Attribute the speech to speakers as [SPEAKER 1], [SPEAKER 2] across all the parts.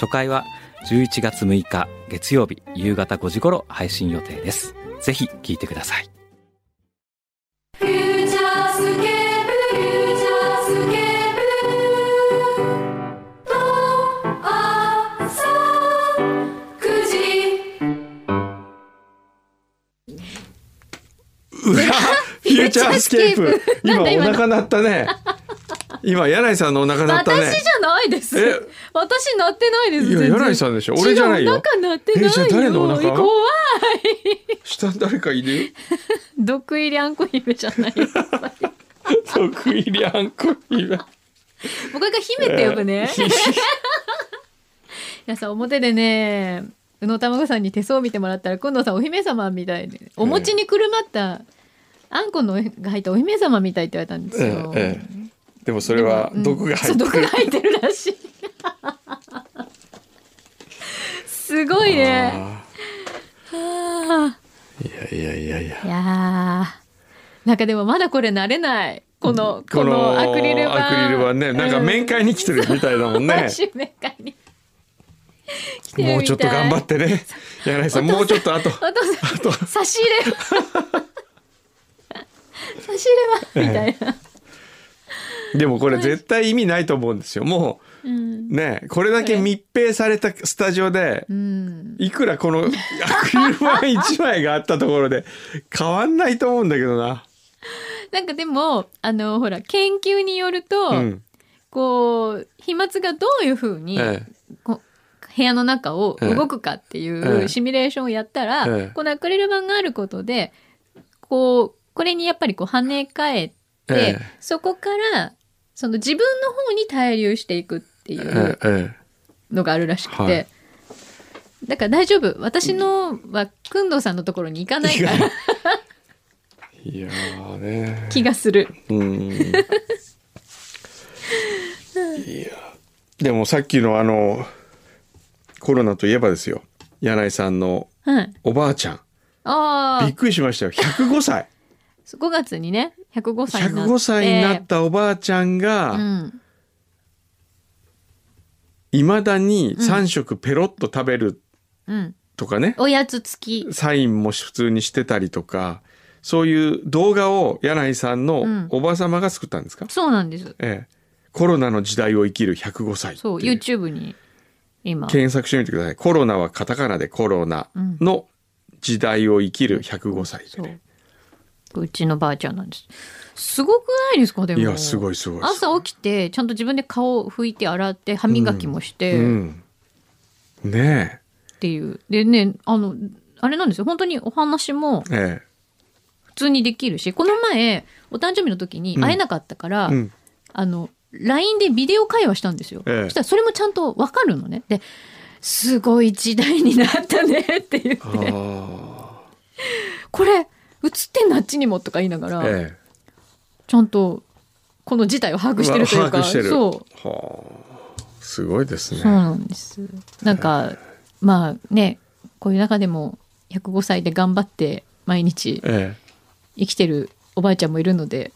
[SPEAKER 1] 初回は11月6日月曜日夕方5時頃配信予定ですぜひ聞いてください
[SPEAKER 2] 「フューチャースケープフューチャースケープ」「とあさ9時」
[SPEAKER 3] フューチャースケープ。今
[SPEAKER 4] なんだ
[SPEAKER 3] お
[SPEAKER 4] 今の
[SPEAKER 3] 腹鳴ったね。今柳井さんのお腹鳴ったね
[SPEAKER 4] 私。じゃないです
[SPEAKER 3] え。
[SPEAKER 4] 私鳴ってないです。
[SPEAKER 3] いや
[SPEAKER 4] 全然
[SPEAKER 3] 柳井さんでしょ俺じゃないよ
[SPEAKER 4] 違うお腹鳴ってないよ。
[SPEAKER 3] えじゃあ誰のお腹
[SPEAKER 4] 怖い。
[SPEAKER 3] 下に誰かいる？
[SPEAKER 4] 毒入りあんこ姫じゃないよ。
[SPEAKER 3] 得意りゃんこ姫。
[SPEAKER 4] もうこれから姫って呼ぶね。
[SPEAKER 3] えー
[SPEAKER 4] 皆さん表でね、宇野玉子さんに手相を見てもらったら、今度さんお姫様みたいで、お餅にくるまった。あんこのが入ったお姫様みたいって言われたんですよ。
[SPEAKER 3] ええ。でもそれは
[SPEAKER 4] うん
[SPEAKER 3] 毒が入って
[SPEAKER 4] そう毒
[SPEAKER 3] る
[SPEAKER 4] が。入ってるらし い。すごいね。
[SPEAKER 3] あ
[SPEAKER 4] はあ
[SPEAKER 3] ーいやいやいやいや。
[SPEAKER 4] いやーなんかでもまだこれ慣れないこのこのアクリル板
[SPEAKER 3] アクリル板ね、なんか面会に来てるみたいだもんね
[SPEAKER 4] 毎。週面会に来てるみたい
[SPEAKER 3] もうちょっと頑張って ね。柳井さん、もうちょっとあと。
[SPEAKER 4] お父さん差し入れ 差し入れはみたいな、
[SPEAKER 3] でもこれ絶対意味ないと思うんですよ。も
[SPEAKER 4] うん
[SPEAKER 3] う、ね、これだけ密閉されたスタジオで
[SPEAKER 4] う、ん、
[SPEAKER 3] いくらこのアクリル板一枚があったところで変わんないと思うんだけどな。
[SPEAKER 4] なんかでもあのほら研究によると、
[SPEAKER 3] うん。
[SPEAKER 4] こう飛沫がどういうふうに、
[SPEAKER 3] え
[SPEAKER 4] こう部屋の中を動くかってい
[SPEAKER 3] ええ
[SPEAKER 4] うシミュレーションをやったら、
[SPEAKER 3] ええ
[SPEAKER 4] このアクリル板があることでこうこれにやっぱりこう跳ね返って、
[SPEAKER 3] ええ
[SPEAKER 4] そこからその自分の方に滞留していくってい
[SPEAKER 3] え
[SPEAKER 4] う
[SPEAKER 3] え
[SPEAKER 4] のがあるらしくて、
[SPEAKER 3] はい
[SPEAKER 4] だから大丈夫私のは工藤さんのところに行かないから
[SPEAKER 3] えいやーね。
[SPEAKER 4] 気がする。
[SPEAKER 3] うん。いや。でもさっきのあの、コロナといえばですよ。柳井さんの
[SPEAKER 4] はい、
[SPEAKER 3] おばあちゃん。
[SPEAKER 4] あ
[SPEAKER 3] び
[SPEAKER 4] あ
[SPEAKER 3] っくりしましたよ。105歳。
[SPEAKER 4] 5月にね105歳になって
[SPEAKER 3] 105歳になったおばあちゃん
[SPEAKER 4] う
[SPEAKER 3] が、
[SPEAKER 4] ん、
[SPEAKER 3] いまだに3食ペロッと食べる
[SPEAKER 4] うん、
[SPEAKER 3] とかね。
[SPEAKER 4] おやつ付き
[SPEAKER 3] サインも普通にしてたりとか、そういう動画を柳井さんの
[SPEAKER 4] ん
[SPEAKER 3] おば様が作ったんですか、
[SPEAKER 4] そうなんです
[SPEAKER 3] ええ。コロナの時代を生きる105歳っていう。
[SPEAKER 4] そう YouTube に今
[SPEAKER 3] 検索してみてください。コロナはカタカナでコロナの時代を生きる105歳で
[SPEAKER 4] そ
[SPEAKER 3] ね
[SPEAKER 4] う。うちのばあちゃんなんですすごくないですかでも
[SPEAKER 3] いや、すごいすごいすごい。
[SPEAKER 4] 朝起きてちゃんと自分で顔を拭いて洗って歯磨きもして
[SPEAKER 3] う
[SPEAKER 4] っ
[SPEAKER 3] ん。ね
[SPEAKER 4] ていう、でねあのあれなんですよ本当にお話も
[SPEAKER 3] え。え
[SPEAKER 4] 普通にできるしこの前お誕生日の時に会えなかったから、
[SPEAKER 3] え。 うん。
[SPEAKER 4] あの LINE でビデオ会話したんですよ、
[SPEAKER 3] ええ
[SPEAKER 4] そしたらそれもちゃんとわかるのねですごい時代になったねって言って
[SPEAKER 3] あ
[SPEAKER 4] これ映ってんのあっちにもとか言いながら
[SPEAKER 3] あ。、え
[SPEAKER 4] ちゃんとこの事態を把握してるという
[SPEAKER 3] うわ把
[SPEAKER 4] か
[SPEAKER 3] 握してる
[SPEAKER 4] そう
[SPEAKER 3] え。はあ。すごいです
[SPEAKER 4] そう
[SPEAKER 3] ね。
[SPEAKER 4] なんですなんかまあねこういう中でも105歳で頑張って毎日
[SPEAKER 3] え
[SPEAKER 4] 生きてるおばあちゃんもいるので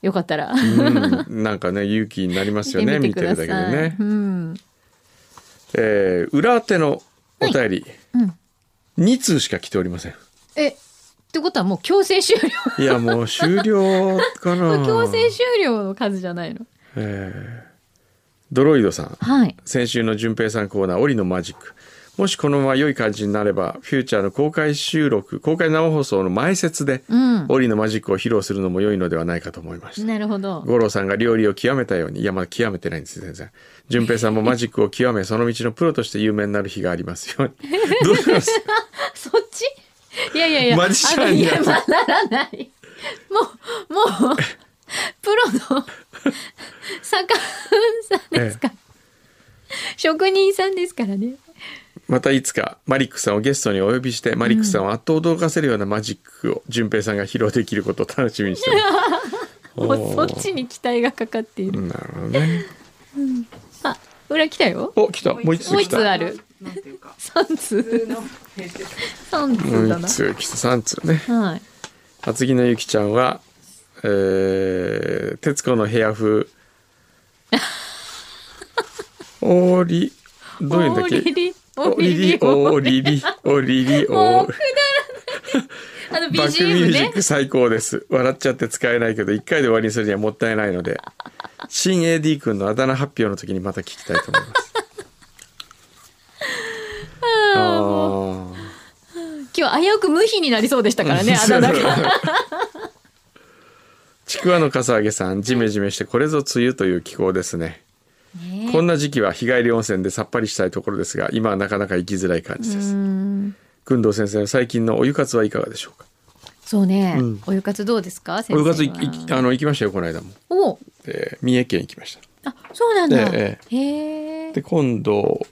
[SPEAKER 4] よかったら
[SPEAKER 3] え。うん。なんかね、勇気になりますよね。見
[SPEAKER 4] 見
[SPEAKER 3] て
[SPEAKER 4] て
[SPEAKER 3] る
[SPEAKER 4] み
[SPEAKER 3] だ
[SPEAKER 4] てくだ
[SPEAKER 3] け
[SPEAKER 4] さ
[SPEAKER 3] で
[SPEAKER 4] い
[SPEAKER 3] ね。
[SPEAKER 4] うん
[SPEAKER 3] えー、裏手のお便り、
[SPEAKER 4] うん
[SPEAKER 3] 二2通しか来ておりません。
[SPEAKER 4] えってことはもう強制終了
[SPEAKER 3] いや、もう終了か な。
[SPEAKER 4] 強制終了の数じゃないの
[SPEAKER 3] えードロイドさん、
[SPEAKER 4] はい
[SPEAKER 3] 先週の順平さんコーナー、折のマジック。もしこのまま良い感じになれば、フューチャーの公開収録、公開生放送の前説で、
[SPEAKER 4] うん
[SPEAKER 3] 折のマジックを披露するのも良いのではないかと思いました。
[SPEAKER 4] なるほど
[SPEAKER 3] 五郎さんが料理を極めたように、いや、まだ極めてないんです、全然。淳平さんもマジックを極め、その道のプロとして有名になる日がありますよ うに。どうします
[SPEAKER 4] そっちいやいやいや、
[SPEAKER 3] マジシャンにな
[SPEAKER 4] あ
[SPEAKER 3] る
[SPEAKER 4] のいやならない。もう、もう、プロの作家さんですか、職人さんですからね。
[SPEAKER 3] またいつかマリックさんをゲストにお呼びしてマリックさんを圧倒驚かせるようなマジックを順平さんが披露できることを楽しみにしてます。
[SPEAKER 4] もうそっ
[SPEAKER 3] おー
[SPEAKER 4] ちに期待がかかっている。
[SPEAKER 3] なるほどね。
[SPEAKER 4] あ、裏来たよ。
[SPEAKER 3] お来たもう一
[SPEAKER 4] も
[SPEAKER 3] 通
[SPEAKER 4] う
[SPEAKER 3] 来
[SPEAKER 4] 一つ
[SPEAKER 3] た。
[SPEAKER 4] ある。三通。三
[SPEAKER 3] も
[SPEAKER 4] 通
[SPEAKER 3] う
[SPEAKER 4] だ
[SPEAKER 3] 一
[SPEAKER 4] な。
[SPEAKER 3] 通来た三通ね。
[SPEAKER 4] はい。
[SPEAKER 3] 厚木のゆきちゃんは、えー、徹子の部屋 風。おーりどういうんだっ
[SPEAKER 4] おり
[SPEAKER 3] け。
[SPEAKER 4] り。
[SPEAKER 3] お
[SPEAKER 4] おり
[SPEAKER 3] りり
[SPEAKER 4] り。
[SPEAKER 3] おりりおりり
[SPEAKER 4] も
[SPEAKER 3] お
[SPEAKER 4] うく。だらない。あの
[SPEAKER 3] バックミュ
[SPEAKER 4] BGM
[SPEAKER 3] ージッ
[SPEAKER 4] ね。
[SPEAKER 3] ク最高です。笑っちゃって使えないけど、一回で終わりにするにはもったいないので、新 AD 君のあだ名発表の時にまた聞きたいと思います。あ
[SPEAKER 4] 今日危うく無比になりそうでしたから ね。あだ名が。
[SPEAKER 3] ちくわのかさあげさん、ジメジメしてこれぞ梅雨という気候ですね。こんな時期は日帰り温泉でさっぱりしたいところですが、今はなかなか行きづらい感じです。群藤先生、最近のお湯活はいかがでしょうか
[SPEAKER 4] そうね
[SPEAKER 3] ん。
[SPEAKER 4] お湯活どうですか。先
[SPEAKER 3] お
[SPEAKER 4] 生
[SPEAKER 3] 湯
[SPEAKER 4] は
[SPEAKER 3] 活いいあの行きましたよ、この間も。
[SPEAKER 4] お。
[SPEAKER 3] えー三重県行きました。
[SPEAKER 4] あ、そうなんだ。
[SPEAKER 3] え
[SPEAKER 4] へえ
[SPEAKER 3] で。今度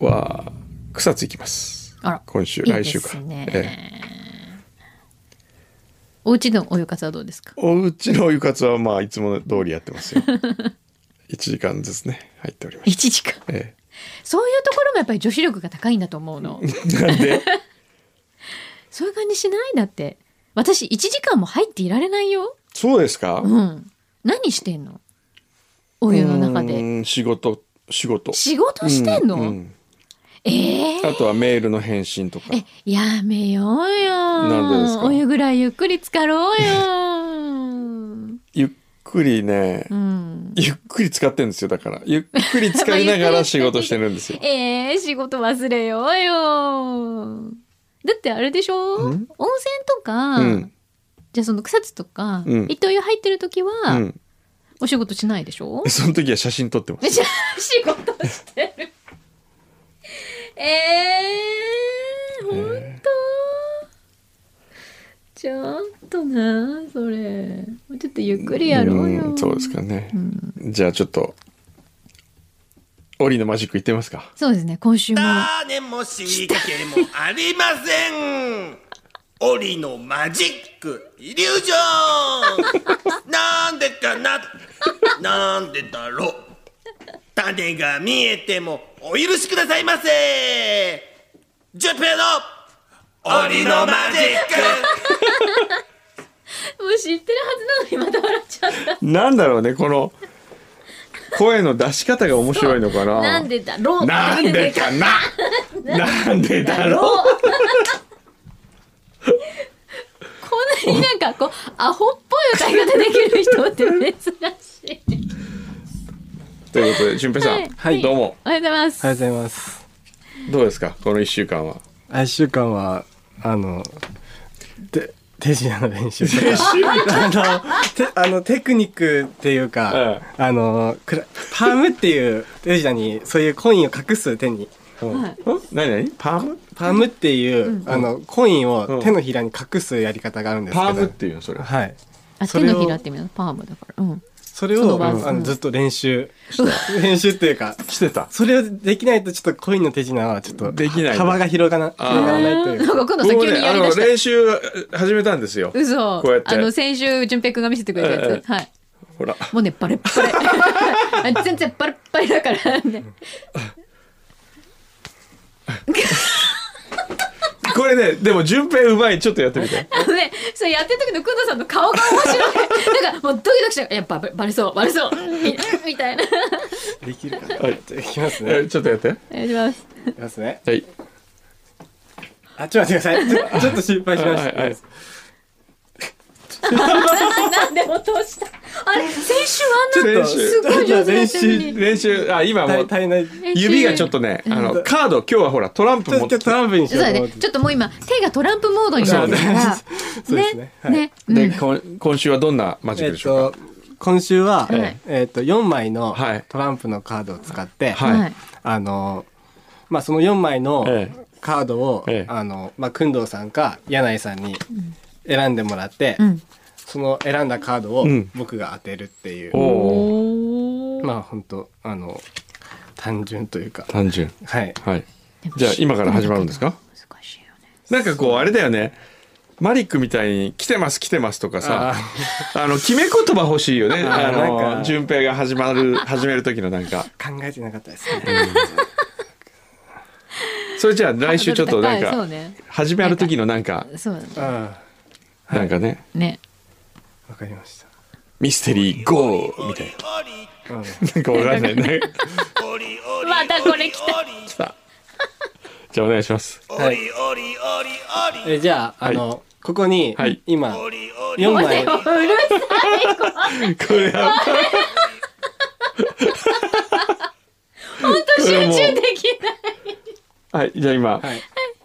[SPEAKER 3] は草津行きます
[SPEAKER 4] あら
[SPEAKER 3] 今週
[SPEAKER 4] いい
[SPEAKER 3] 来週
[SPEAKER 4] で
[SPEAKER 3] か
[SPEAKER 4] す
[SPEAKER 3] ええ
[SPEAKER 4] ね。お家でのお湯活はどうですか。
[SPEAKER 3] おうちのお湯活はまあいつも通りやって ますよ1時間ずつね入っておりまし
[SPEAKER 4] 一時間。
[SPEAKER 3] た、え
[SPEAKER 4] そういうところもやっぱり女子力が高いんだと思うの。
[SPEAKER 3] え、なん で
[SPEAKER 4] そういう感じしないだって。私1時間も入っていられないよ。
[SPEAKER 3] そうですか、
[SPEAKER 4] うん。何してんのお湯の中で。
[SPEAKER 3] うん仕事仕事
[SPEAKER 4] 仕事してんの、
[SPEAKER 3] ううん
[SPEAKER 4] ええ
[SPEAKER 3] あとはメールの返信とか
[SPEAKER 4] え、やめようよ。
[SPEAKER 3] なんでですか
[SPEAKER 4] お湯ぐらいゆっくり浸かろ うよ。
[SPEAKER 3] ゆっくりね、
[SPEAKER 4] うん。
[SPEAKER 3] ゆっくり使ってるんですよだからゆっくり使いなが
[SPEAKER 4] まあゆっくり使っ
[SPEAKER 3] ら
[SPEAKER 4] て
[SPEAKER 3] 仕事してるんですよ
[SPEAKER 4] ええ仕事忘れようよ。だってあれでしょ温泉とか、
[SPEAKER 3] うん
[SPEAKER 4] じゃあその草津とか、
[SPEAKER 3] うん
[SPEAKER 4] 伊東湯入ってる時は、
[SPEAKER 3] うん
[SPEAKER 4] お仕事しないでしょ
[SPEAKER 3] その時は写真撮ってます
[SPEAKER 4] めちゃ仕事してる。えー、本当、ちゃんとな、それ。もうちょっとゆっくりやろうよ。
[SPEAKER 3] んそうですかね、じゃあちょっとオリのマジックいってみますか
[SPEAKER 4] そうですね、今週も。
[SPEAKER 5] 種もしいかけもありません檻のマジックイリュージョンなんでかななんでだろう種が見えてもお許しくださいませジュンペイの檻のマジッ
[SPEAKER 4] もう知ってるはずなのにまた笑っちゃった。
[SPEAKER 3] なんだろうねこの声の出し方が面白いのかな
[SPEAKER 4] なんでだろう
[SPEAKER 3] なんでかななんでだろ
[SPEAKER 4] ろうこんなになんかこう、アホっぽい歌い方できる人って珍しい。
[SPEAKER 3] うということで順平さん、
[SPEAKER 4] はい
[SPEAKER 3] どうも
[SPEAKER 4] おはようございます。
[SPEAKER 6] ありがとうございます。
[SPEAKER 3] どうですかこの1週間は
[SPEAKER 6] あ一週間はあのて手品の練習とか あのてあのテクニックっていうか、あのクラパームっていう手品にそういうコインを隠す手に
[SPEAKER 4] はい
[SPEAKER 3] 何何パーム
[SPEAKER 6] パームっていう、あのコインを手のひらに隠すやり方があるんですけど、
[SPEAKER 3] パームっていうのそれ
[SPEAKER 6] はい
[SPEAKER 4] あ
[SPEAKER 6] そ
[SPEAKER 4] 手
[SPEAKER 6] れを
[SPEAKER 4] のひらって意味なのパームだから。うん。
[SPEAKER 6] それ
[SPEAKER 4] その
[SPEAKER 6] を
[SPEAKER 4] 場
[SPEAKER 6] あのずっと練習練習っていうか
[SPEAKER 3] してた
[SPEAKER 6] それをできないとちょっとコインの手品はちょっと
[SPEAKER 3] できない
[SPEAKER 6] 幅が広がな広がらないというか
[SPEAKER 4] なんか今度さ
[SPEAKER 3] 僕
[SPEAKER 4] 急
[SPEAKER 3] ね
[SPEAKER 4] にや
[SPEAKER 3] あ
[SPEAKER 4] りだ
[SPEAKER 3] の
[SPEAKER 4] した。
[SPEAKER 3] 練習始めたんですよ
[SPEAKER 4] 嘘。
[SPEAKER 3] こうやって
[SPEAKER 4] あの先週淳平君が見せてくれたやつ。はい。
[SPEAKER 3] ほら
[SPEAKER 4] もうねバレ ッバレ。あ全然バレッバレだからね。
[SPEAKER 3] これねでも順平うまいちょっとやってみて
[SPEAKER 4] あのねそれやってる時の工藤さんの顔が面白い。なんかもうドキドキしちゃう。やっぱバレバレそうバレそううんみみたいな。
[SPEAKER 6] できるかな、
[SPEAKER 3] はい
[SPEAKER 6] じゃあいきますね
[SPEAKER 3] えちょっとやって
[SPEAKER 4] お願いします。
[SPEAKER 6] いきますね
[SPEAKER 3] はい
[SPEAKER 6] あ、ちょっと待ってく ださい。ちょちょっと心配しまし
[SPEAKER 3] はいはい
[SPEAKER 6] た。
[SPEAKER 4] なんで落とした。あれ先週あん
[SPEAKER 3] ちょっ
[SPEAKER 4] な
[SPEAKER 3] と
[SPEAKER 4] すごい上手だったのに。
[SPEAKER 3] 練習あ今も
[SPEAKER 6] 足
[SPEAKER 3] う
[SPEAKER 6] り足りない。ち
[SPEAKER 3] 指がちょっとねあのカード今日はほらトランプ
[SPEAKER 6] ょ
[SPEAKER 3] 持
[SPEAKER 6] っ
[SPEAKER 3] って
[SPEAKER 6] と
[SPEAKER 3] き
[SPEAKER 6] ト
[SPEAKER 3] て
[SPEAKER 6] ランプにし
[SPEAKER 4] そう
[SPEAKER 6] よ
[SPEAKER 4] だ
[SPEAKER 6] うと思
[SPEAKER 4] ね
[SPEAKER 6] っ。て。
[SPEAKER 4] ちょっともう今手がトランプモードになってるから。
[SPEAKER 6] そうですね。はい
[SPEAKER 4] ね。
[SPEAKER 3] でこん今週はどんなマジッ
[SPEAKER 6] え
[SPEAKER 3] ク
[SPEAKER 6] っ
[SPEAKER 3] でしょう
[SPEAKER 6] と、今週は
[SPEAKER 4] はい、
[SPEAKER 6] えっと、4枚の
[SPEAKER 3] はい
[SPEAKER 6] トランプのカードを使って、
[SPEAKER 3] はい
[SPEAKER 4] はい。
[SPEAKER 6] あの、まあ、その4枚の
[SPEAKER 3] え
[SPEAKER 6] カードを
[SPEAKER 3] ええ、
[SPEAKER 6] あの、まあ、くんどうさんか、柳井さんに選んでもらって
[SPEAKER 4] う、ん。
[SPEAKER 6] その選んだカードを
[SPEAKER 3] うん
[SPEAKER 6] 僕が当てるってい
[SPEAKER 3] かお
[SPEAKER 6] う、
[SPEAKER 3] お
[SPEAKER 4] おー
[SPEAKER 6] まあ、本当あの、単純というか。
[SPEAKER 3] 単純
[SPEAKER 6] はい。
[SPEAKER 3] はいじゃあ今から始まるんですか
[SPEAKER 4] 難しいよね
[SPEAKER 3] なんかこうあれだよねマリックみたいに「来てます来てます」とかさあの決め言葉欲しいよねあ
[SPEAKER 6] なん
[SPEAKER 3] の
[SPEAKER 6] か
[SPEAKER 3] 順平が始まる始める時のなんか
[SPEAKER 6] 考えてなかったですね。
[SPEAKER 3] それじゃあ来週ちょっとなん
[SPEAKER 4] ハード
[SPEAKER 3] か
[SPEAKER 4] ル高いそうね
[SPEAKER 3] 始める時のなんか
[SPEAKER 4] そうだ
[SPEAKER 6] あ
[SPEAKER 3] なんかね
[SPEAKER 4] ね
[SPEAKER 6] あ、わかりました。
[SPEAKER 3] ミステリーゴーみたいななんかわかんない ね
[SPEAKER 4] またこれ来 た
[SPEAKER 3] さあじゃあお願いします
[SPEAKER 6] はい。えじゃあ、あの、ここに、
[SPEAKER 3] はい
[SPEAKER 6] 今、4枚、
[SPEAKER 4] うるさい
[SPEAKER 3] これは
[SPEAKER 4] 本当集中でき
[SPEAKER 3] はいじゃあ今、
[SPEAKER 6] はい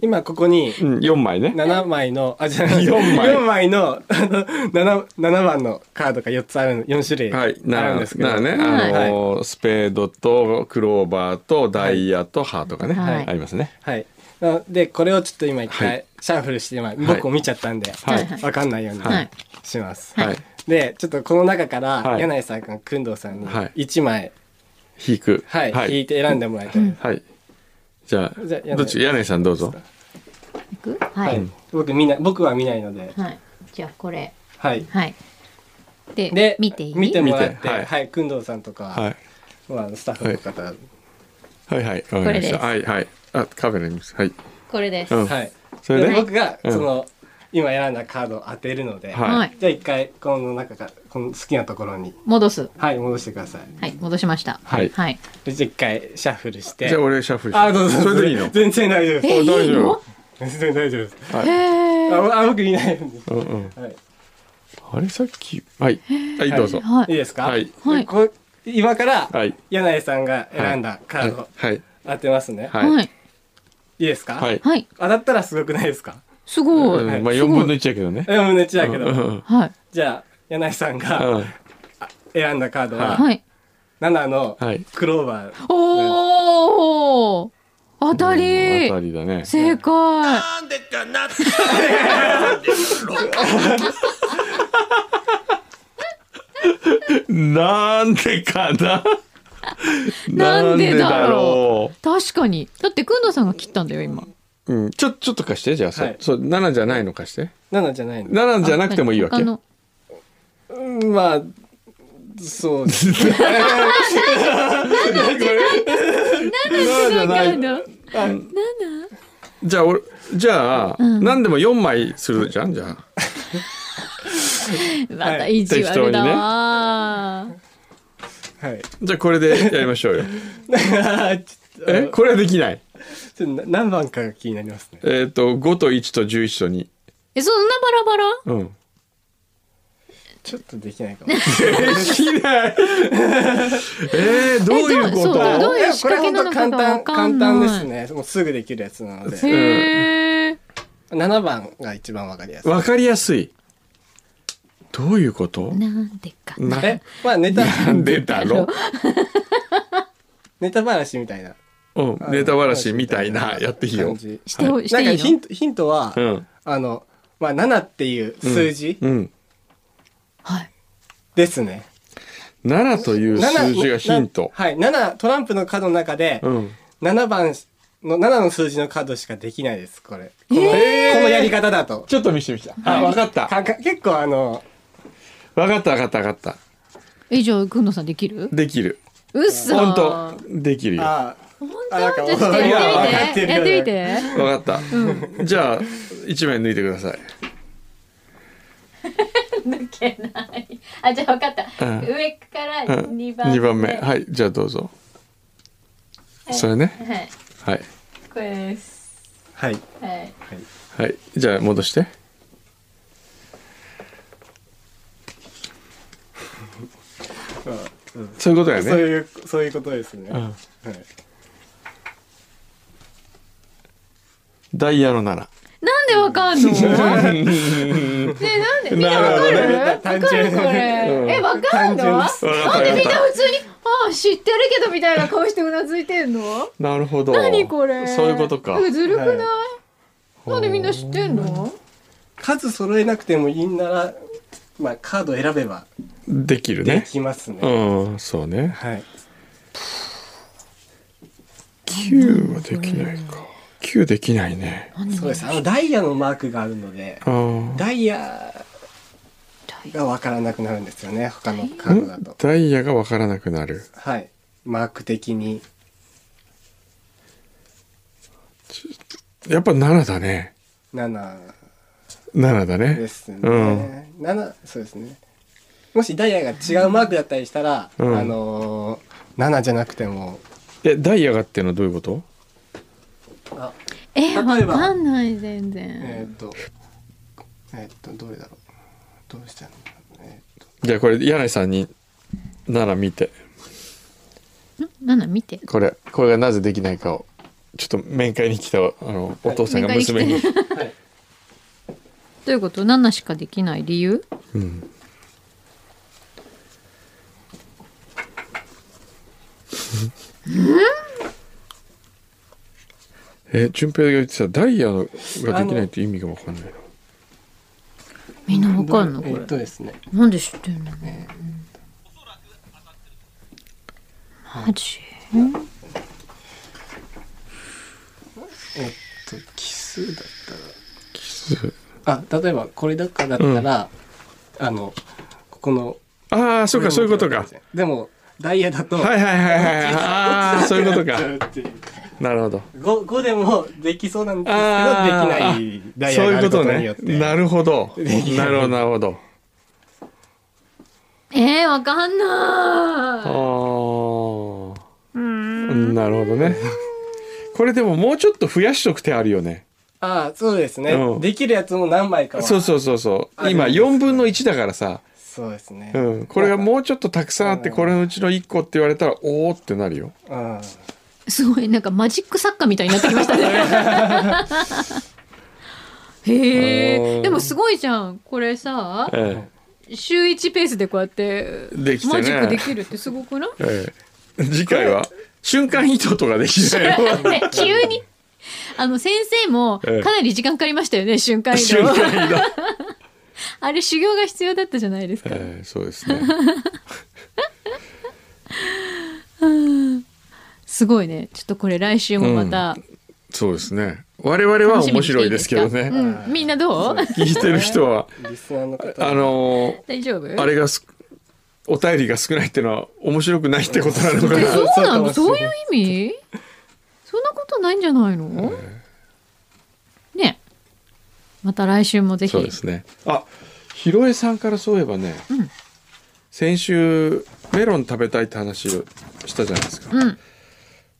[SPEAKER 6] 今ここに
[SPEAKER 3] うん、4枚ね
[SPEAKER 6] 7枚の、あ、じゃない、
[SPEAKER 3] 4枚
[SPEAKER 6] 4枚の、あの、7、7番のカードが4つあるの、4種類あ
[SPEAKER 3] はい、な
[SPEAKER 6] るん
[SPEAKER 3] ら
[SPEAKER 6] ですけど。
[SPEAKER 3] ならね、あのースペードとクローバーとダイヤとハートがね、
[SPEAKER 4] はい
[SPEAKER 3] ありますね。
[SPEAKER 6] はい。なので、これをちょっと今一
[SPEAKER 3] は
[SPEAKER 6] 回
[SPEAKER 3] い、
[SPEAKER 6] シャッフルして、今、僕も見ちゃったんで、
[SPEAKER 3] はい
[SPEAKER 6] わかんないように
[SPEAKER 4] はい
[SPEAKER 6] します。
[SPEAKER 3] はい、
[SPEAKER 6] で、ちょっとこの中から、
[SPEAKER 3] はい
[SPEAKER 6] 柳井さんが工藤さんに
[SPEAKER 3] はい
[SPEAKER 6] 1枚、
[SPEAKER 3] 引く。
[SPEAKER 6] はい、
[SPEAKER 3] は
[SPEAKER 6] 引
[SPEAKER 3] い
[SPEAKER 6] い、て選んでもらいたい。
[SPEAKER 3] はいじゃあ
[SPEAKER 6] じゃあ柳井
[SPEAKER 3] どっち柳井さんどうぞ。
[SPEAKER 4] ないは
[SPEAKER 6] はいい。僕見ない、僕は見ないので、
[SPEAKER 4] はいじゃあこれ
[SPEAKER 6] はい。
[SPEAKER 4] はいで
[SPEAKER 6] で、
[SPEAKER 4] 見ていい
[SPEAKER 6] もらって、
[SPEAKER 3] 見てはい
[SPEAKER 6] はい、工藤さんとか、
[SPEAKER 3] はい、
[SPEAKER 6] まあ、スタッフの方、はい、
[SPEAKER 3] はいはいわかりました。
[SPEAKER 4] こ
[SPEAKER 3] はいはいあカメラにますはい。
[SPEAKER 4] これです
[SPEAKER 3] うん。それ
[SPEAKER 6] で
[SPEAKER 3] で、
[SPEAKER 6] 僕が
[SPEAKER 3] うん
[SPEAKER 6] その、今選んだカードを当てるので、
[SPEAKER 3] はい
[SPEAKER 4] はい
[SPEAKER 6] じゃあ一回この中からこの好きなところに
[SPEAKER 4] 戻す
[SPEAKER 6] はい戻してください
[SPEAKER 4] はい戻しました
[SPEAKER 3] はい
[SPEAKER 4] はい
[SPEAKER 6] でじゃあ一回シャッフルして
[SPEAKER 3] じゃあ俺シャッフルして。
[SPEAKER 6] あどうぞ
[SPEAKER 3] それでいいの。
[SPEAKER 6] 全然大丈夫です
[SPEAKER 4] えいい
[SPEAKER 3] 大丈
[SPEAKER 4] の
[SPEAKER 3] 夫
[SPEAKER 6] 全然大丈夫です
[SPEAKER 3] はい
[SPEAKER 4] へー
[SPEAKER 6] ああ僕いないので
[SPEAKER 3] うんうん。
[SPEAKER 6] はい
[SPEAKER 3] あれさっきはいはいどうぞ。
[SPEAKER 4] はい
[SPEAKER 6] い
[SPEAKER 4] い
[SPEAKER 6] ですか
[SPEAKER 3] はい
[SPEAKER 4] はい
[SPEAKER 6] でこう今から、
[SPEAKER 3] はい
[SPEAKER 6] 柳井さんが選んだカードを
[SPEAKER 3] はい
[SPEAKER 6] 当てますね、
[SPEAKER 3] はい
[SPEAKER 4] はい
[SPEAKER 6] い、いですか、
[SPEAKER 3] はい。
[SPEAKER 4] はい
[SPEAKER 6] 当たったらすごくないですか
[SPEAKER 4] すごい
[SPEAKER 3] うんまあ四分の一やけどね。
[SPEAKER 6] えもうねちだけど、
[SPEAKER 3] うん
[SPEAKER 4] はい
[SPEAKER 6] じゃあ柳井さん
[SPEAKER 3] う
[SPEAKER 6] が
[SPEAKER 3] ん
[SPEAKER 6] 選んだカードは、
[SPEAKER 4] はい
[SPEAKER 6] 7の
[SPEAKER 3] はい
[SPEAKER 6] クローバー、
[SPEAKER 4] おお当たり
[SPEAKER 3] 当たりだね。
[SPEAKER 4] 正解
[SPEAKER 5] なんでかななんでだろう
[SPEAKER 3] なんでかな
[SPEAKER 4] なんでだろ
[SPEAKER 3] う
[SPEAKER 4] 確かにだってくんのさんが切ったんだよ今
[SPEAKER 3] うん、ちょ、ちょっと貸して、じゃあ、そ、
[SPEAKER 6] はいう
[SPEAKER 3] そう、7じゃないの貸して。
[SPEAKER 6] 7じゃないの
[SPEAKER 3] 7じゃなくてもいいわ
[SPEAKER 4] 他
[SPEAKER 3] け。
[SPEAKER 4] の
[SPEAKER 6] うんまあそうですね
[SPEAKER 3] 7じゃな
[SPEAKER 4] なん
[SPEAKER 3] い。
[SPEAKER 4] だ
[SPEAKER 3] じゃあ、俺、じゃあ、何でも4枚するじゃん、じゃあ。
[SPEAKER 4] また意地悪だわ
[SPEAKER 6] はい
[SPEAKER 3] じゃあ、これでやりましょう よ。
[SPEAKER 6] ちょっと
[SPEAKER 3] え、これはできない。
[SPEAKER 6] ちょっと何番かが気になりますね
[SPEAKER 3] えっ、と、5と1と11と2。
[SPEAKER 4] えそんなバラバラ
[SPEAKER 3] うん。
[SPEAKER 6] ちょっとできないかもえ
[SPEAKER 3] できない。えー、どういうこ
[SPEAKER 4] えどうそう
[SPEAKER 3] と
[SPEAKER 4] どういう仕掛けなのかがわかんない
[SPEAKER 6] これほど簡単簡単ですねもうすぐできるやつなので
[SPEAKER 4] へえ
[SPEAKER 6] 7番が一番わかりやすい
[SPEAKER 3] わかりやすい。どういうこと
[SPEAKER 4] なんでか
[SPEAKER 3] な
[SPEAKER 6] えまあネタ
[SPEAKER 3] なんでだ ろう
[SPEAKER 6] ネタ話みたいな
[SPEAKER 3] うん、ネタばらしみたいなやっていいよ
[SPEAKER 6] 感。じ
[SPEAKER 4] してほして
[SPEAKER 6] なんか
[SPEAKER 4] いい
[SPEAKER 6] ヒ
[SPEAKER 4] の
[SPEAKER 6] ントヒントは、
[SPEAKER 3] うん
[SPEAKER 6] あのまあ7っていう数字
[SPEAKER 3] うん。
[SPEAKER 4] はい
[SPEAKER 6] ですね、
[SPEAKER 3] 7という
[SPEAKER 6] 七
[SPEAKER 3] 数字がヒン
[SPEAKER 6] な
[SPEAKER 3] ト。
[SPEAKER 6] はい7トランプの角の中で、
[SPEAKER 3] うん。
[SPEAKER 6] 7番の7の数字のカードしかできないですこれこの,、
[SPEAKER 3] えー
[SPEAKER 6] このやり方だと
[SPEAKER 3] ちょっと見してみた。あ、わかった。
[SPEAKER 6] かか結構あの
[SPEAKER 3] わかったわかったわかった。
[SPEAKER 4] えじゃあくんのさんできる
[SPEAKER 3] できる。
[SPEAKER 4] うっそ
[SPEAKER 3] 本当できるよ。わ
[SPEAKER 6] ああなんか
[SPEAKER 4] じゃあちょっと
[SPEAKER 6] いわ
[SPEAKER 4] や
[SPEAKER 6] か
[SPEAKER 4] っ
[SPEAKER 6] って
[SPEAKER 4] みて
[SPEAKER 6] てる
[SPEAKER 4] やってみて
[SPEAKER 3] かった。じゃあ、1枚抜いてください。
[SPEAKER 4] 抜けないあじゃあ分かった、
[SPEAKER 3] うん
[SPEAKER 4] 上から
[SPEAKER 3] うん
[SPEAKER 4] 2番目
[SPEAKER 3] 二番目。はい、じゃあどうぞ。それね。
[SPEAKER 4] はい
[SPEAKER 3] はい。
[SPEAKER 4] これです
[SPEAKER 6] はい
[SPEAKER 4] はい
[SPEAKER 3] はい。じゃあ戻 して。そういうことや
[SPEAKER 6] そう
[SPEAKER 3] ね。
[SPEAKER 6] いうそういうことですね、
[SPEAKER 3] ん
[SPEAKER 6] はい、
[SPEAKER 3] ダイヤの7。
[SPEAKER 4] なんでわかんのねえなんでみんなわかるわか
[SPEAKER 6] なるほどね単
[SPEAKER 4] るこれ
[SPEAKER 6] 純、
[SPEAKER 4] えわかん
[SPEAKER 6] 単
[SPEAKER 4] の
[SPEAKER 6] 純
[SPEAKER 4] な
[SPEAKER 6] で
[SPEAKER 4] ん
[SPEAKER 6] す
[SPEAKER 3] わかったわ
[SPEAKER 4] で
[SPEAKER 3] か
[SPEAKER 4] みん
[SPEAKER 3] っ
[SPEAKER 4] な普通にああ知ってるけどみたいな顔してうなずいてんの
[SPEAKER 3] た。なるほど。
[SPEAKER 4] 何これ
[SPEAKER 3] そういうことか。
[SPEAKER 4] えずるくない、
[SPEAKER 6] は
[SPEAKER 4] なんでみんな知ってんの
[SPEAKER 6] 数揃えなくてもいいんならまあカード選べば
[SPEAKER 3] できる
[SPEAKER 6] で
[SPEAKER 3] ね。
[SPEAKER 6] きますね、
[SPEAKER 3] うん、そうね。
[SPEAKER 6] はい
[SPEAKER 3] 9はできないか9できないね
[SPEAKER 4] なんで
[SPEAKER 6] そうですあのダイヤのマークがあるので
[SPEAKER 3] ああ
[SPEAKER 6] ダイヤが分からなくなるんですよね他のカードだと
[SPEAKER 3] ダイヤがわからなくなる
[SPEAKER 6] はいマーク的に
[SPEAKER 3] やっぱ7だね
[SPEAKER 6] 7
[SPEAKER 3] 7だね
[SPEAKER 6] ですね、
[SPEAKER 3] うん
[SPEAKER 6] 7そうですねもしダイヤが違うマークだったりしたら、
[SPEAKER 3] うん
[SPEAKER 6] あのー、7じゃなくても
[SPEAKER 3] えダイヤがっていうのはどういうこと
[SPEAKER 4] え、わ
[SPEAKER 6] 例えば
[SPEAKER 4] かんない全然。
[SPEAKER 6] えっ、とえっ、とどれだろうどうしたのえー
[SPEAKER 3] じゃあこれ柳井さんに7見て
[SPEAKER 4] なんだ見て。
[SPEAKER 3] これこれがなぜできないかをちょっと面会に来たあのお父さんが娘に、
[SPEAKER 4] 面会
[SPEAKER 6] 来てはい
[SPEAKER 4] どういうこと？7しかできない理由？
[SPEAKER 3] うん、え順平が言ってたダイヤのができないって意味がわかんないな
[SPEAKER 4] みんなわかんのこ
[SPEAKER 6] えっ、
[SPEAKER 4] れ。
[SPEAKER 6] とですね
[SPEAKER 4] なんで知ってんの？マジ？
[SPEAKER 6] えっ、と奇数だっ
[SPEAKER 3] 奇数
[SPEAKER 6] たらあ例えばこれだかだったら、あのここの
[SPEAKER 3] ああそうかそういうことか
[SPEAKER 6] でもダイヤだと、
[SPEAKER 3] はいはいはいはいはいああそういうことか
[SPEAKER 6] っていう
[SPEAKER 3] なるほど
[SPEAKER 6] 5, 5でもできそうなんですけど
[SPEAKER 3] あ
[SPEAKER 6] でき
[SPEAKER 3] ー
[SPEAKER 6] ないダイヤがあることによって
[SPEAKER 3] そういうことねなるほどなるほどなるほど
[SPEAKER 4] えー、わ
[SPEAKER 3] あ
[SPEAKER 4] かんない。
[SPEAKER 3] ーなるほどねこれでももうちょっと増やしとく手あるよね
[SPEAKER 6] ああそうですね、
[SPEAKER 3] うん
[SPEAKER 6] できるやつも何枚かは
[SPEAKER 3] そうそうそうそう今4分の1だからさ、
[SPEAKER 6] そうですね
[SPEAKER 3] うん、これがもうちょっとたくさんあって
[SPEAKER 6] うん
[SPEAKER 3] これのうちの1個って言われたらおおってなるよ
[SPEAKER 6] うん
[SPEAKER 4] すごいなんかマジック作家みたいになってきましたね。へ
[SPEAKER 3] あー
[SPEAKER 4] え。でもすごいじゃん。これさ、
[SPEAKER 3] え
[SPEAKER 4] 週一ペースでこうやって
[SPEAKER 3] できてね
[SPEAKER 4] マジックできるってすごくない？
[SPEAKER 3] えええ次回は瞬間移動とかできないよ
[SPEAKER 4] ね急に。あの先生も
[SPEAKER 3] ええ
[SPEAKER 4] かなり時間かかりましたよね、瞬間移
[SPEAKER 3] 瞬
[SPEAKER 4] 動。
[SPEAKER 3] 間移動、
[SPEAKER 4] あれ修行が必要だったじゃないです か。
[SPEAKER 3] ええそうですね
[SPEAKER 4] すごいね。ちょっとこれ来週もまた
[SPEAKER 3] そうですね我々は
[SPEAKER 4] 楽しみ
[SPEAKER 3] 面
[SPEAKER 4] にして
[SPEAKER 3] 白
[SPEAKER 4] い
[SPEAKER 3] い
[SPEAKER 4] い
[SPEAKER 3] で
[SPEAKER 4] ですす
[SPEAKER 3] け
[SPEAKER 4] か。
[SPEAKER 3] どね、
[SPEAKER 4] うん、みんなどう？
[SPEAKER 3] 聞いてる人は
[SPEAKER 6] リスナーの方
[SPEAKER 3] あのー
[SPEAKER 4] 大丈夫？
[SPEAKER 3] あれがすお便りが少ないっていうのは面白くないってことなのかな
[SPEAKER 4] そうなの
[SPEAKER 6] そうか
[SPEAKER 4] そ
[SPEAKER 6] も
[SPEAKER 4] う
[SPEAKER 6] し
[SPEAKER 4] い
[SPEAKER 6] れ
[SPEAKER 4] う
[SPEAKER 6] ない
[SPEAKER 4] 意味そんなことないんじゃないの、ねまた来週もぜひ
[SPEAKER 3] そうですねあひろえさんからそういえばね、先週メロン食べたいって話をしたじゃないですか、
[SPEAKER 4] うん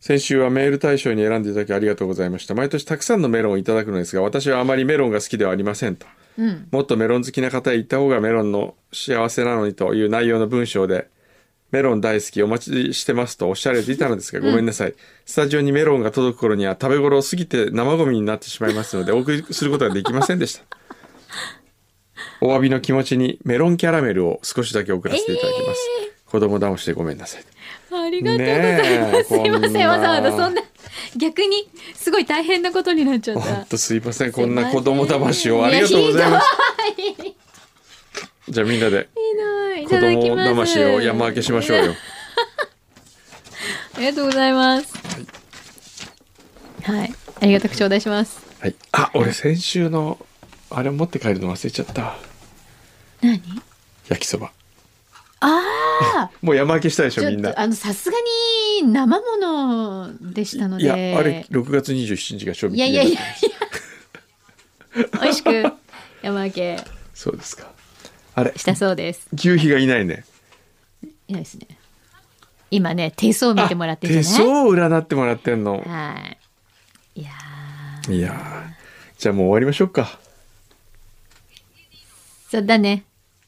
[SPEAKER 3] 先週はメール対象に選んでいただきありがとうございました毎年たくさんのメロンをいただくのですが私はあまりメロンが好きではありませんと
[SPEAKER 4] うん
[SPEAKER 3] もっとメロン好きな方へ行った方がメロンの幸せなのにという内容の文章で、メロン大好きお待ちしてますとおっしゃられていたのですが、ごめんなさい。スタジオにメロンが届く頃には食べ頃を過ぎて生ゴミになってしまいますので、お送りすることができませんでした。お詫びの気持ちにメロンキャラメルを少しだけ送らせていただきます。子供倒してごめんなさい。
[SPEAKER 4] ありがとうございます、
[SPEAKER 3] ねえ
[SPEAKER 4] すいま
[SPEAKER 3] こん
[SPEAKER 4] せ
[SPEAKER 3] なん
[SPEAKER 4] わざわざそんな逆にすごい大変なことになっちゃっ
[SPEAKER 3] ほん
[SPEAKER 4] た
[SPEAKER 3] とすいません。こんな子供魂をありがとうございます。じゃあみんなで
[SPEAKER 4] い
[SPEAKER 3] 子
[SPEAKER 4] ただき
[SPEAKER 3] 供
[SPEAKER 4] ます
[SPEAKER 3] 魂を山分けしましょうよ。
[SPEAKER 4] ありがとうございますはい、ありがたく頂戴します
[SPEAKER 3] はい。あ、俺先週のあれ持って帰るの忘れちゃった。
[SPEAKER 4] 何
[SPEAKER 3] 焼きそば。
[SPEAKER 4] ああ
[SPEAKER 3] もう山分けしたでし
[SPEAKER 4] ち
[SPEAKER 3] ょ
[SPEAKER 4] ょ
[SPEAKER 3] み
[SPEAKER 4] っ
[SPEAKER 3] んな。
[SPEAKER 4] とあのさすがに生ものでしたので
[SPEAKER 3] いやあれ6月27日が賞味
[SPEAKER 4] い
[SPEAKER 3] 期
[SPEAKER 4] や
[SPEAKER 3] 限
[SPEAKER 4] いやい
[SPEAKER 3] だ
[SPEAKER 4] や
[SPEAKER 3] っ
[SPEAKER 4] いや。美味しく山分け
[SPEAKER 3] たそうですか。あれ
[SPEAKER 4] したそうです。
[SPEAKER 3] 牛皮がいないね。
[SPEAKER 4] いいですね。今ね、手相見てもらってる
[SPEAKER 3] 手
[SPEAKER 4] じゃない。
[SPEAKER 3] 相を占ってもらってんの。
[SPEAKER 4] はい。いやー
[SPEAKER 3] いやーじゃあもう終わりましょうか。
[SPEAKER 4] そうだね。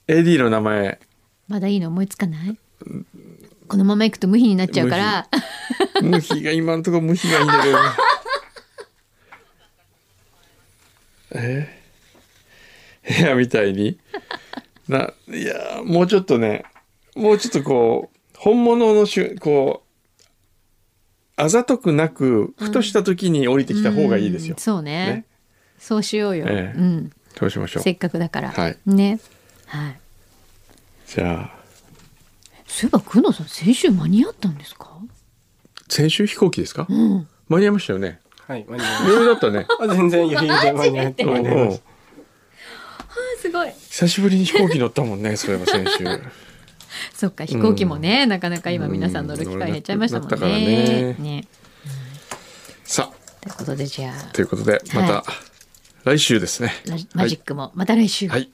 [SPEAKER 3] AD の名前
[SPEAKER 4] まだいいの思いつかない。このまま行くと無比になっちゃうから。
[SPEAKER 3] 無比が今のところ無比がいいんだけど。え部屋みたいにないやーもうちょっとねもうちょっとこう本物のしゅこうあざとくなくふとした時に降りてきた方がいいですよ
[SPEAKER 4] うん。そうね
[SPEAKER 3] ね
[SPEAKER 4] そうしようよ。
[SPEAKER 3] ええ
[SPEAKER 4] うん。
[SPEAKER 3] どうしましょう
[SPEAKER 4] せ。っかくだから。
[SPEAKER 3] はい
[SPEAKER 4] ね。はい。
[SPEAKER 3] じゃあ
[SPEAKER 4] そういえば、久野さん、先週間に合ったんですか。
[SPEAKER 3] 先週飛行機ですか
[SPEAKER 4] うん。
[SPEAKER 3] 間に合いましたよね
[SPEAKER 6] はい、間に合いま
[SPEAKER 3] 余裕だったね
[SPEAKER 6] すあ全然余裕で間に合って
[SPEAKER 3] うん
[SPEAKER 6] 間に合いまし
[SPEAKER 4] すごい
[SPEAKER 3] 久しぶりに飛行機乗ったもんねそういえば先週
[SPEAKER 4] そっか飛行機もね、なかなか今皆さん乗る機会減っちゃいましたもん
[SPEAKER 3] うん
[SPEAKER 4] ね。
[SPEAKER 3] なったからね
[SPEAKER 4] ね
[SPEAKER 3] さあ
[SPEAKER 4] ということでじゃあ
[SPEAKER 3] ということでまた来週ですね
[SPEAKER 4] ラマジックもまた来週。
[SPEAKER 3] はい